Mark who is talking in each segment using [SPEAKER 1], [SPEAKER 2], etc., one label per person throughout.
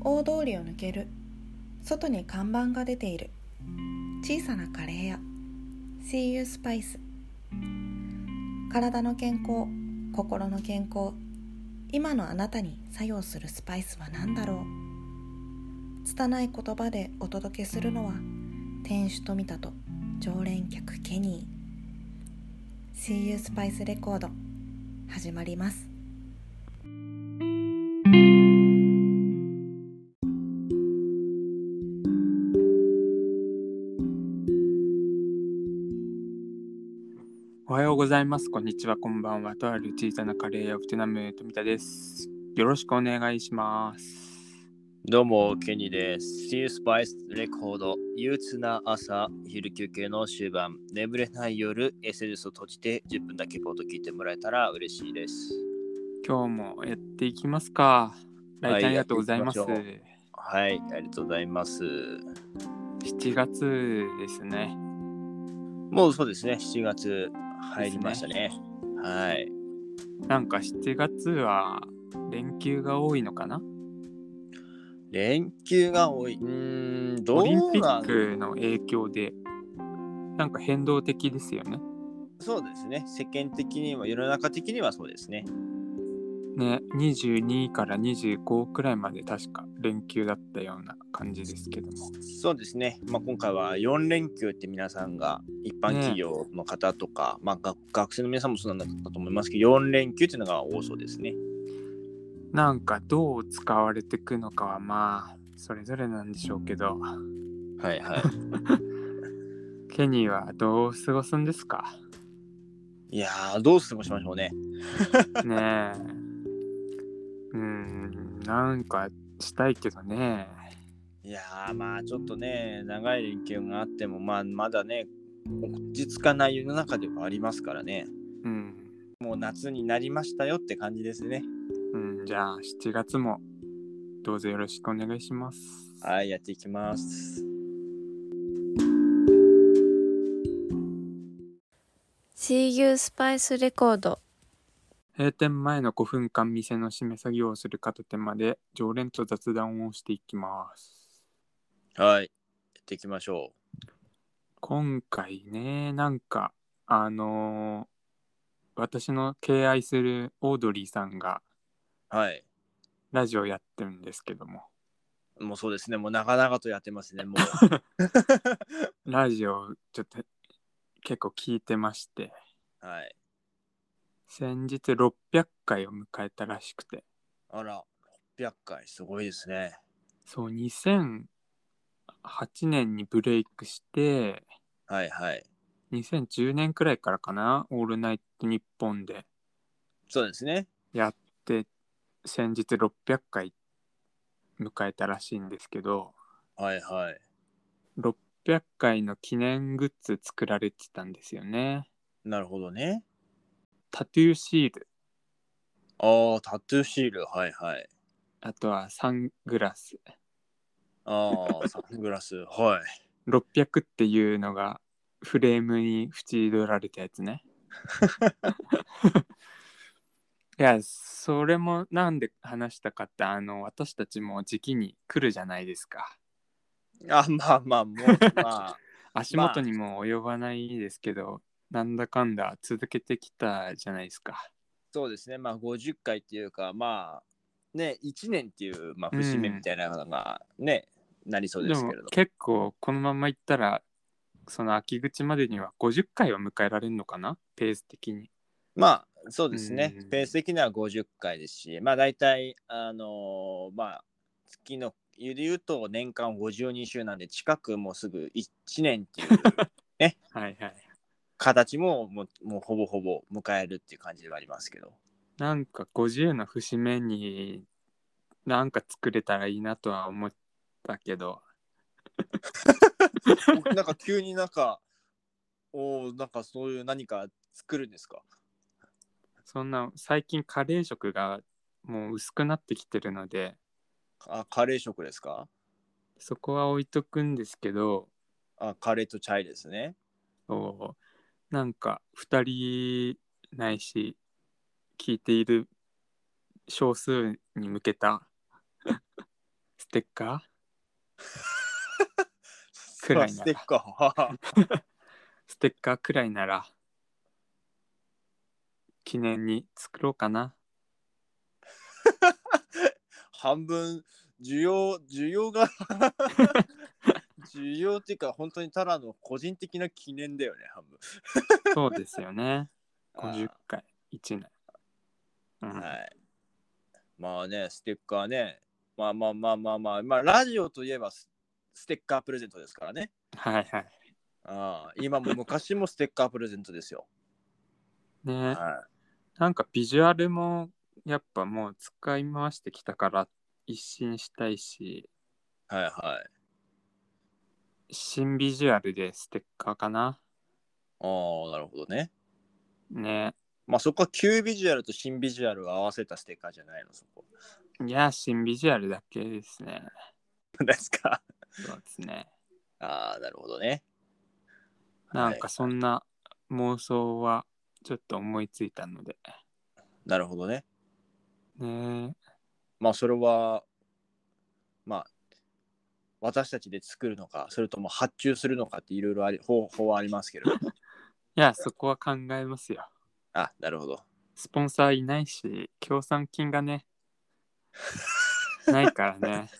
[SPEAKER 1] 大通りを抜ける外に看板が出ている小さなカレー屋 See you spice 体の健康心の健康今のあなたに作用するスパイスは何だろう拙い言葉でお届けするのは店主富田と常連客ケニー See you spice レコード始まります
[SPEAKER 2] おはようございます。こんにちは。こんばんは。とある小さなカレー屋を営む富田です。よろしくお願いします。
[SPEAKER 3] どうも、ケニーです。シースパイスレコード、憂鬱な朝、昼休憩の終盤、眠れない夜、SNS を閉じて10分だけポート聞いてもらえたら嬉しいです。
[SPEAKER 2] 今日もやっていきますか。
[SPEAKER 3] はい
[SPEAKER 2] 来店ありがとうございます。
[SPEAKER 3] やっていきはい、ありがとうございます。
[SPEAKER 2] 7月ですね。
[SPEAKER 3] もうそうですね、7月入りましたね。はい。
[SPEAKER 2] なんか7月は連休が多いのかな
[SPEAKER 3] 連休が多い。うーん、ど
[SPEAKER 2] オリン
[SPEAKER 3] う
[SPEAKER 2] ピ
[SPEAKER 3] な
[SPEAKER 2] ッ
[SPEAKER 3] ん
[SPEAKER 2] クの影響で、なんか変動的ですよね。
[SPEAKER 3] そうですね、世間的には、世の中的にはそうですね。
[SPEAKER 2] ね、22から25くらいまで確か連休だったような感じですけども。
[SPEAKER 3] そうですね、まあ、今回は4連休って皆さんが一般企業の方とか、まあ、学学生の皆さんもそうなんだと思いますけど4連休っていうのが多そうですね。
[SPEAKER 2] なんかどう使われてくのかはまあそれぞれなんでしょうけど
[SPEAKER 3] はいはい。
[SPEAKER 2] ケニーはどう過ごすんですか
[SPEAKER 3] いやーどう過ごしましょうね。
[SPEAKER 2] ねえうんなんかしたいけどね
[SPEAKER 3] いやーまあちょっとね長い連休があっても、まあ、まだね落ち着かない世の中ではありますからね
[SPEAKER 2] うん、
[SPEAKER 3] もう夏になりましたよって感じですね。
[SPEAKER 2] うん、じゃあ7月もどうぞよろしくお願いします
[SPEAKER 3] はいやっていきます。
[SPEAKER 4] CU スパイスレコード
[SPEAKER 2] 閉店前の5分間店の締め作業をする片手間で常連と雑談をしていきます
[SPEAKER 3] はいやっていきましょ
[SPEAKER 2] 今回ねなんかあのー私の敬愛するオードリーさんが
[SPEAKER 3] う。はい。
[SPEAKER 2] ラジオやってるんですけども
[SPEAKER 3] もうそうですねもう長々とやってます ねもう。
[SPEAKER 2] ラジオちょっと結構聞いてまして
[SPEAKER 3] はい
[SPEAKER 2] 先日600回を迎えたらしくて
[SPEAKER 3] あら、600回、すごいですね。
[SPEAKER 2] そう2008年にブレイクして
[SPEAKER 3] はいはい。
[SPEAKER 2] 2010年くらいからかな「オールナイトニッポン」で
[SPEAKER 3] そうですね。
[SPEAKER 2] やって先日600回迎えたらしいんですけど
[SPEAKER 3] はいはい。
[SPEAKER 2] 600回の記念グッズ作られてたんですよね。
[SPEAKER 3] なるほどね。
[SPEAKER 2] タトゥーシール、
[SPEAKER 3] ああ、タトゥーシール、はいはい。
[SPEAKER 2] あとはサングラス。
[SPEAKER 3] ああ、サングラス、はい。
[SPEAKER 2] 600っていうのがフレームに縁取られたやつね。いや、それもなんで話したかって、あの、私たちも時期に来るじゃないですか。
[SPEAKER 3] あまあまあ、もう、まあ、
[SPEAKER 2] 足元にも及ばないですけど、なんだかんだ続けてきたじゃないですか。
[SPEAKER 3] そうですね。まあ、50回っていうか、まあ、ね、1年っていう、まあ、節目みたいなのがね、なりそう
[SPEAKER 2] で
[SPEAKER 3] です
[SPEAKER 2] も
[SPEAKER 3] けれど。
[SPEAKER 2] 結構このままいったらその秋口までには50回は迎えられるのかなペース的に。
[SPEAKER 3] まあ、そうですね
[SPEAKER 2] うん。
[SPEAKER 3] ペース的には50回ですし、まあ、大体、あのーまあ、月の、ゆで言うと年間52週なんで、近くもうすぐ1年っていう
[SPEAKER 2] はいはい。
[SPEAKER 3] 形ももう、もうほぼほぼ迎えるっていう感じではあります けど。
[SPEAKER 2] なんか50の節目になんか作れたらいいなとは思ったけど
[SPEAKER 3] なんか急になんか、おーなんかそういう何か作るんですか
[SPEAKER 2] そんな最近カレー食がもう薄くなってきてるので
[SPEAKER 3] あ、カレー食ですか
[SPEAKER 2] そこは置いとくんですけど
[SPEAKER 3] あ、カレーとチャイですね。
[SPEAKER 2] そうなんか2人ないし聞いている少数に向けた ステッカーくらいな
[SPEAKER 3] ステッカー。
[SPEAKER 2] ステッカーくらいなら記念に作ろうかな
[SPEAKER 3] 半分需要需要が 需要っていうか本当にただの個人的な記念だよね半分
[SPEAKER 2] そうですよね
[SPEAKER 3] あー
[SPEAKER 2] 50回1年、うん
[SPEAKER 3] はいまあねステッカーねまあまあまあまあまあまあラジオといえばスステッカープレゼントですからね
[SPEAKER 2] はいはい
[SPEAKER 3] ああ今も昔もステッカープレゼントですよ、
[SPEAKER 2] ね
[SPEAKER 3] は
[SPEAKER 2] なんかビジュアルもやっぱもう使い回してきたから一新したいし
[SPEAKER 3] い、はいはい
[SPEAKER 2] 新ビジュアルでステッカーかな
[SPEAKER 3] ああなるほどね
[SPEAKER 2] ね
[SPEAKER 3] まあそこは旧ビジュアルと新ビジュアルを合わせたステッカーじゃないのそこ
[SPEAKER 2] いや新ビジュアルだけですね
[SPEAKER 3] ですか
[SPEAKER 2] そうですね
[SPEAKER 3] ああなるほどね
[SPEAKER 2] なんかそんな妄想はちょっと思いついたので
[SPEAKER 3] なるほどね
[SPEAKER 2] ね
[SPEAKER 3] まあそれはまあ私たちで作るのかそれとも発注するのかっていろいろあり方法はありますけど
[SPEAKER 2] いやそこは考えますよ
[SPEAKER 3] あなるほど
[SPEAKER 2] スポンサーいないし協賛金がねないからね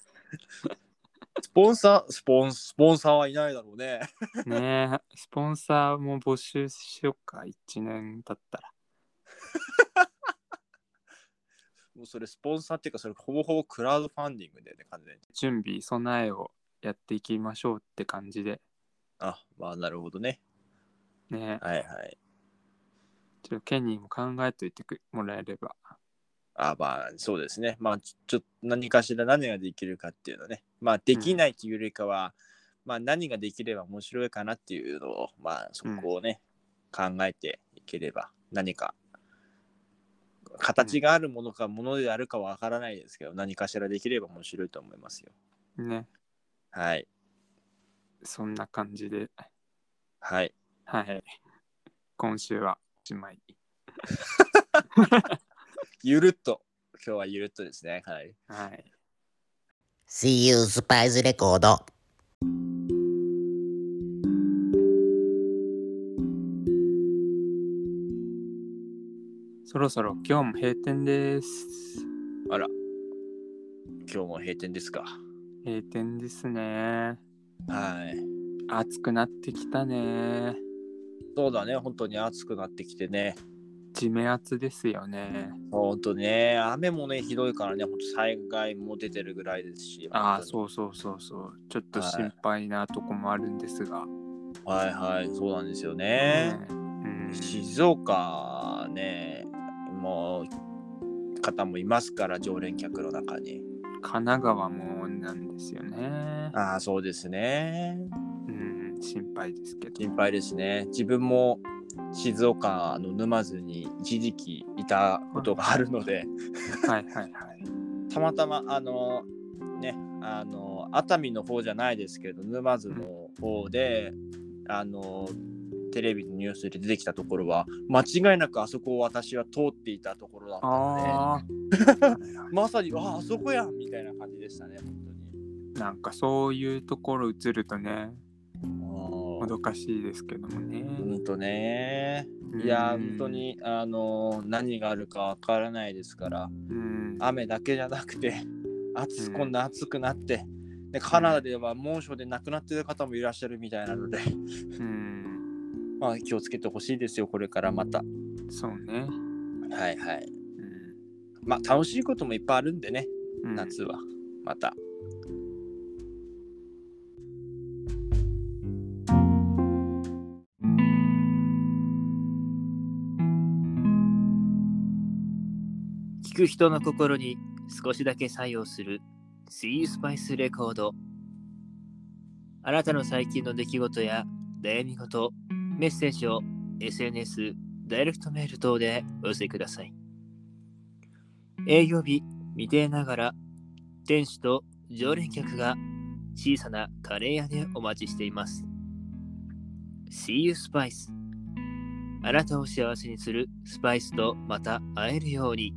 [SPEAKER 3] スポンサースポンスポンサーはいないだろうね
[SPEAKER 2] ねえスポンサーも募集しようか1年経ったら
[SPEAKER 3] もうそれスポンサーっていうかそれほぼほぼクラウドファンディングだよね完全に
[SPEAKER 2] 準備備えをやっていきましょうって感じで
[SPEAKER 3] あまあなるほどね
[SPEAKER 2] ねえ
[SPEAKER 3] はいはい
[SPEAKER 2] ちょっとケニーも考えといてくもらえれば
[SPEAKER 3] あまあそうですねまあちょちょっと何かしら何ができるかっていうのねまあできないというよりかは、まあ何ができれば面白いかなっていうのをまあそこをね、考えていければ何か形があるものかものであるかわからないですけど、何かしらできれば面白いと思いますよ
[SPEAKER 2] ね
[SPEAKER 3] はい
[SPEAKER 2] そんな感じで
[SPEAKER 3] はい
[SPEAKER 2] はい今週はおしまい
[SPEAKER 3] ゆるっと今日はゆるっとですねはい
[SPEAKER 2] はい
[SPEAKER 5] See you, Spice Record.
[SPEAKER 2] そろそろ今日も閉店です。
[SPEAKER 3] 今日も閉店ですか
[SPEAKER 2] 閉店ですね。
[SPEAKER 3] はい
[SPEAKER 2] 暑くなってきたね。
[SPEAKER 3] そうだね本当に暑くなってきてね
[SPEAKER 2] 地面暑ですよね。
[SPEAKER 3] ほんとね、雨もね、ひどいからね、ほんと災害も出てるぐらいですし。
[SPEAKER 2] ああ、
[SPEAKER 3] う。
[SPEAKER 2] そうそうそうそう。ちょっと
[SPEAKER 3] はい
[SPEAKER 2] 心配なとこもあるんですが。
[SPEAKER 3] はいはい、そうなんですよね。
[SPEAKER 2] ねうん、
[SPEAKER 3] 静岡ね、もう、方もいますから、常連客の中に。
[SPEAKER 2] 神奈川もなんですよね。
[SPEAKER 3] ああ、そうですね。
[SPEAKER 2] うん、心配ですけど。
[SPEAKER 3] 心配ですね。自分も静岡の沼津に一時期いたことがあるので、
[SPEAKER 2] はいはいはい。
[SPEAKER 3] たまたま、あの、ね、あの、熱海の方じゃないですけど、沼津の方で、あの、テレビのニュースで出てきたところは、間違いなくあそこを私は通っていたところだったの
[SPEAKER 2] ああ、
[SPEAKER 3] で、まさに、ああ、そこやんみたいな感じでしたね、本
[SPEAKER 2] なんかそういうところ映るとね、
[SPEAKER 3] 当
[SPEAKER 2] も
[SPEAKER 3] に。
[SPEAKER 2] どかしいですけどもね。
[SPEAKER 3] 本当ね。いやー、
[SPEAKER 2] うん
[SPEAKER 3] 本当。に、あの、何があるかわからないですから、
[SPEAKER 2] うん。
[SPEAKER 3] 雨だけじゃなくて暑
[SPEAKER 2] うん
[SPEAKER 3] 今度暑くなって、でカナダでは猛暑で亡くなってる方もいらっしゃるみたいなので、
[SPEAKER 2] うん
[SPEAKER 3] まあ、気をつけてほしいですよこれからまた
[SPEAKER 2] そうね。
[SPEAKER 3] はいは
[SPEAKER 2] う
[SPEAKER 3] い
[SPEAKER 2] ん
[SPEAKER 3] まあ楽しいこともいっぱいあるんでね
[SPEAKER 2] うん
[SPEAKER 3] 夏は、また
[SPEAKER 6] 聞く人の心に少しだけ作用する See You Spice Record あなたの最近の出来事や悩み事メッセージを SNS ダイレクトメール等でお寄せください営業日未定ながら店主と常連客が小さなカレー屋でお待ちしています See You Spice あなたを幸せにするスパイスとまた会えるように